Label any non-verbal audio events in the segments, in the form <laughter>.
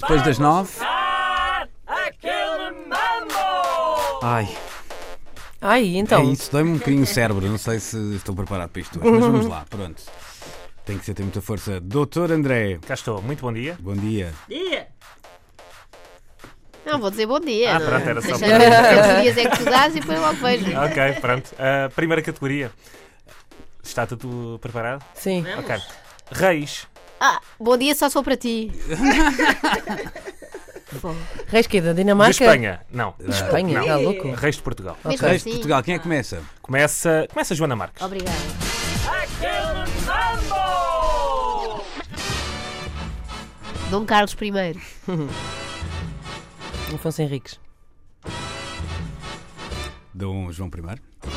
Depois das nove. Aquele mambo! Ai, Ai, então. é isso, dói-me um bocadinho o cérebro. Não sei se estou preparado para isto hoje, mas vamos lá, pronto. Tem que ser, tem muita força. Doutor André, Cá estou, muito bom dia. bom dia. Dia! Não, vou dizer bom dia. Ah, não pronto, é? era só Deixa para- ver quantos dias é que tu dás e depois logo vejo. <laughs> Ok, pronto. Ah, primeira categoria. Está tudo preparado? Sim. Ok. Reis. Ah, bom dia só sou para ti. Reis que é da De Dinamarca? Espanha. Não. Espanha, Não. tá louco. Reis de Portugal. Mesmo Reis de assim. Portugal, quem é que começa? Começa, começa Joana Marques. Obrigada. Aquele mambo! Dom Carlos I. Afonso Henriques. Dom um João I,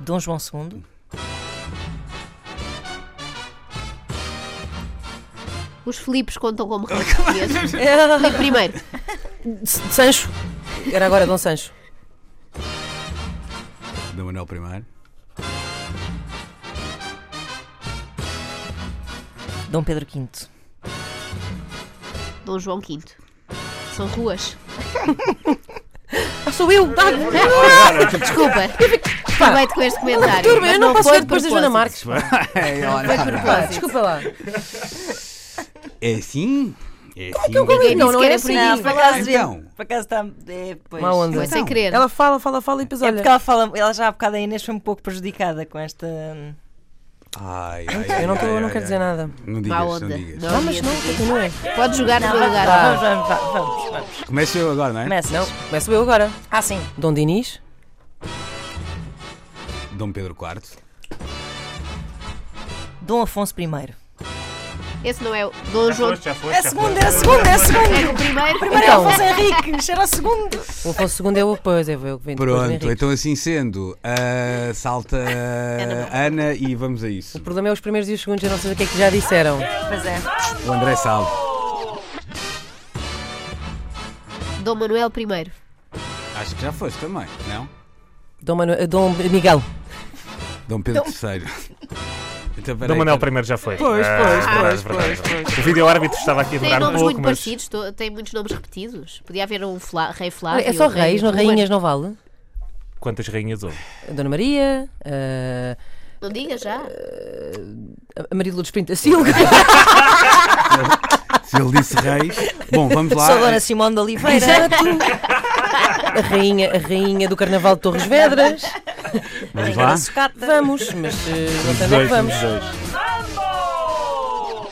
Dom João II. Os Filipes <laughs> contam como reis portugueses. Filipe primeiro. S- É, Sancho. Era agora Dom Sancho. Dom Manuel I, Dom Pedro V, Dom João V. São ruas. Ah, sou eu! Tá. Desculpa. Acabei-te com este comentário. Turma, mas eu não posso foi ver de depois da Joana propósito. Marques. Ei, <laughs> olha. Pá, desculpa lá. É assim? É assim? Ninguém Não, disse não que era assim. era por por Não, aí. por acaso, Então. por acaso está. É, pois. Má onda. Foi sem querer. Ela fala, fala, fala e depois É olha. porque ela, fala, ela já há bocado a Inês foi um pouco prejudicada com esta. Ai, ai, ai, Então, Eu não, tô, ai, não ai, quero dizer ai. nada. Não Má digas, não onda. digas. Ah, mas não, Ah. continua. Pode jogar no meu lugar. Vamos, vamos, vamos, vamos, vamos. Começo eu agora, não é? Começas. Não, começo eu agora. Ah, sim. Dom Dinis, Dom Pedro IV, Dom Afonso I. Esse não é o Dom João. Já foi, É já foi. segundo, é segundo, é segundo. É o primeiro. Primeiro é Então. Afonso Henriques, era o segundo. o Afonso II é o depois, é eu que venho depois do Pronto, Henrique. então assim sendo, ah, salta <laughs> Ana e vamos a isso. O problema é os primeiros e os segundos, eu não sei o que é que já disseram. Pois é. O André salta. Dom Manuel I. Acho que já foste também, não? Dom, Manu- Dom Miguel. Dom Pedro III. Então, peraí, Dom Manuel peraí. I já foi. Pois, Ah, pois, verdade, pois, verdade. pois, O vídeo-árbitro estava aqui a Tem demorar um nomes pouco, muito mas... parecidos, to- tem muitos nomes repetidos. Podia haver um Fla- rei Flávio. É só rei reis, não, Ruben. rainhas não vale? Quantas rainhas houve? Dona Maria, ah, Não diga já. a Maria de Lourdes Pinto da Silva. Se ele disse reis. Bom, vamos lá. Sou a Dona Simone de Oliveira. Exato. A rainha, a rainha do Carnaval de Torres Vedras. Vamos Era lá. sucata. Vamos, mas eh, não sei onde é que Dois, vamos. dois. Mambo!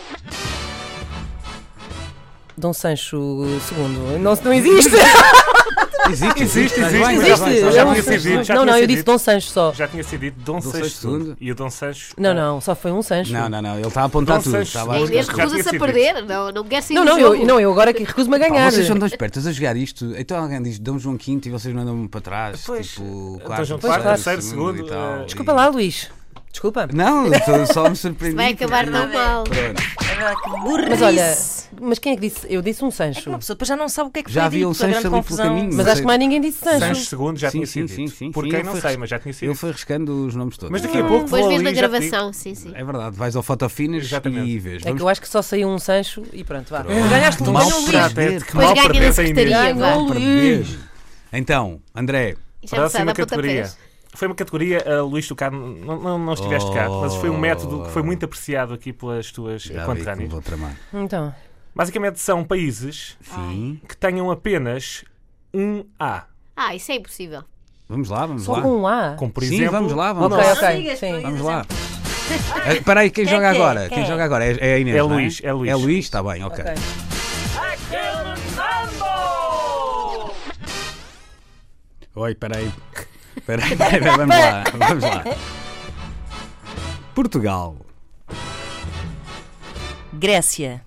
Dom Sancho II. Não, não existe! Existe, Existe, existe, existe, Vai, existe. vai, vai. Já Não, tinha sido dito, já não, tinha não, eu sido disse dito. Dom Sancho só. Já tinha sido dito Dom Sancho Sancho II. II. E o Dom Sancho... Não, não, só foi um Sancho. Não, não, não. Ele está a apontar Dom tudo. tá Sancho. Estava A a Acho que Inês já apontar. tinha É recusa-se a sido perder. Não, não quer ser Não, não, eu, não, eu agora que recuso-me a Pá, ganhar. vocês são tão espertas a jogar isto. Então alguém diz Dom João V e vocês mandam-me para trás. Pois, tipo, Dom quarto, João terceiro, IV, terceiro, e segundo, tal. eh, E- Desculpa lá, Luís. Desculpa. Não, eu tô- só me surpreendi. Vai acabar tão mal. Pronto. Mas olha, mas quem é que disse? Eu disse um É que Sancho. uma pessoa depois já não sabe o que é que Já foi havia dito, um a Sancho grande ali pelo confusão. caminho. Mas acho que mais ninguém disse Sancho. Sancho II já Sim, tinha sim, sido sim, sim, dito. Por sim, quem ele não foi sei, res- mas já tinha sido Ele dito. foi riscando os nomes todos. Mas daqui a pouco Depois vou vês ali na e já te digo. gravação, sim, sim. É verdade, vais ao Fotofinas Exatamente. e vês. É que eu acho que só saiu um Sancho e pronto, vá. Pronto. Ganhaste Que um mal ganhou o Luís. perder, Até- que que Depois mal ganha na perder sem Inês. secretaria. vá. é Para beber. Então, André, E Já começava Próxima a dar categoria. pontapés. Foi uma categoria, ah, Luís, tu cá não, não, não estiveste cá, mas foi Oh. um método que foi muito apreciado aqui pelas tuas já vi que me conterrâneas. vou tramar. Então, Basicamente são países Sim. que tenham apenas um A. Ah, isso é impossível. Vamos lá, vamos só lá. com um A. Como por Sim, exemplo. vamos lá, vamos o Ok, nosso. ok. Sim. Vamos lá. <laughs> Espera aí, quem joga é que é? agora? Quem Quem é? joga agora? É, é a Inês, É não Luís, é Luís. É Luís, está bem, ok. Ok. Aquele mambo! Oi, espera <laughs> aí. Espera aí, espera aí, vamos lá, vamos <laughs> lá. Portugal, Grécia,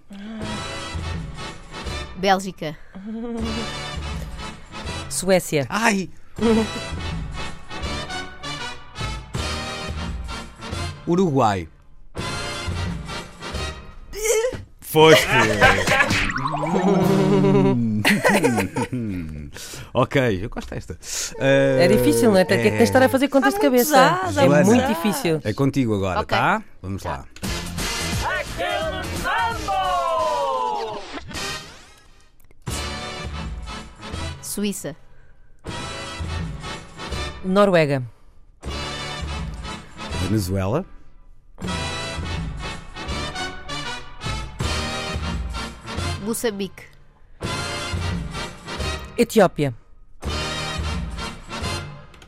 Bélgica. Suécia. Ai! Uruguai. Foste! ok, eu gosto desta. É difícil, não é? Tem que tens de estar a fazer contas de cabeça. anos, há é muitos muito anos. difícil. É contigo agora, Ok. tá? Vamos lá. Aquele mambo! Suíça. Noruega. Venezuela. Moçambique. Etiópia.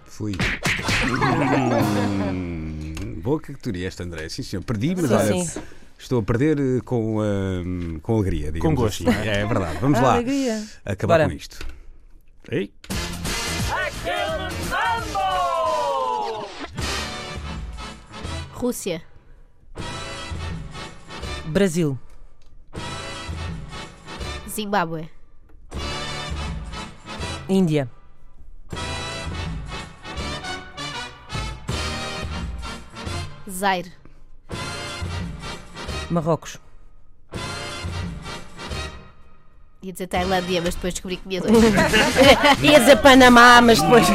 Fui. Hum, Boa categoria esta, André. Sim, senhor. Perdi, mas Sim, olha, sim. estou a perder eh, com, hum, com alegria, digamos Com gosto. assim. É verdade. Vamos Ah, lá alegria. acabar Bora. com isto. Ei. Akil Mambo! Rússia. Brasil. Zimbábue. Índia. Zaire. Marrocos. Ia dizer Tailândia, mas depois descobri que tinha dois. Ia dizer Panamá, mas depois.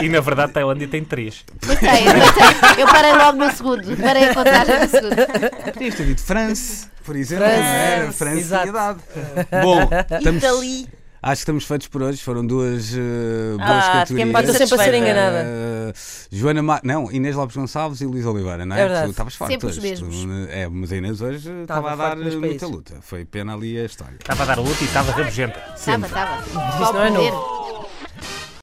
E na verdade a Tailândia tem três. Mas tem, mas tem. Eu parei logo no segundo. Parei a contagem no segundo. Podias ter dito France, por exemplo. France, não era? França exato. tinha dado. <laughs> Bom, estamos, Dali. acho que estamos feitos por hoje. Foram duas eh, boas Ah, fiquei categorias. muito Estou sempre a ser satisfeita. enganada. Eh, Joana Ma... Não, Inês Lopes Gonçalves e Luís Oliveira, não é? É verdade. Tu estavas forte Sempre os hoje. Tu, é, mas a Inês hoje eh, Estava estava a dar forte, mas eh, para muita isso. luta. Foi pena ali a história. Estava a dar luta e estava rabugenta. Estava, estava. não é novo.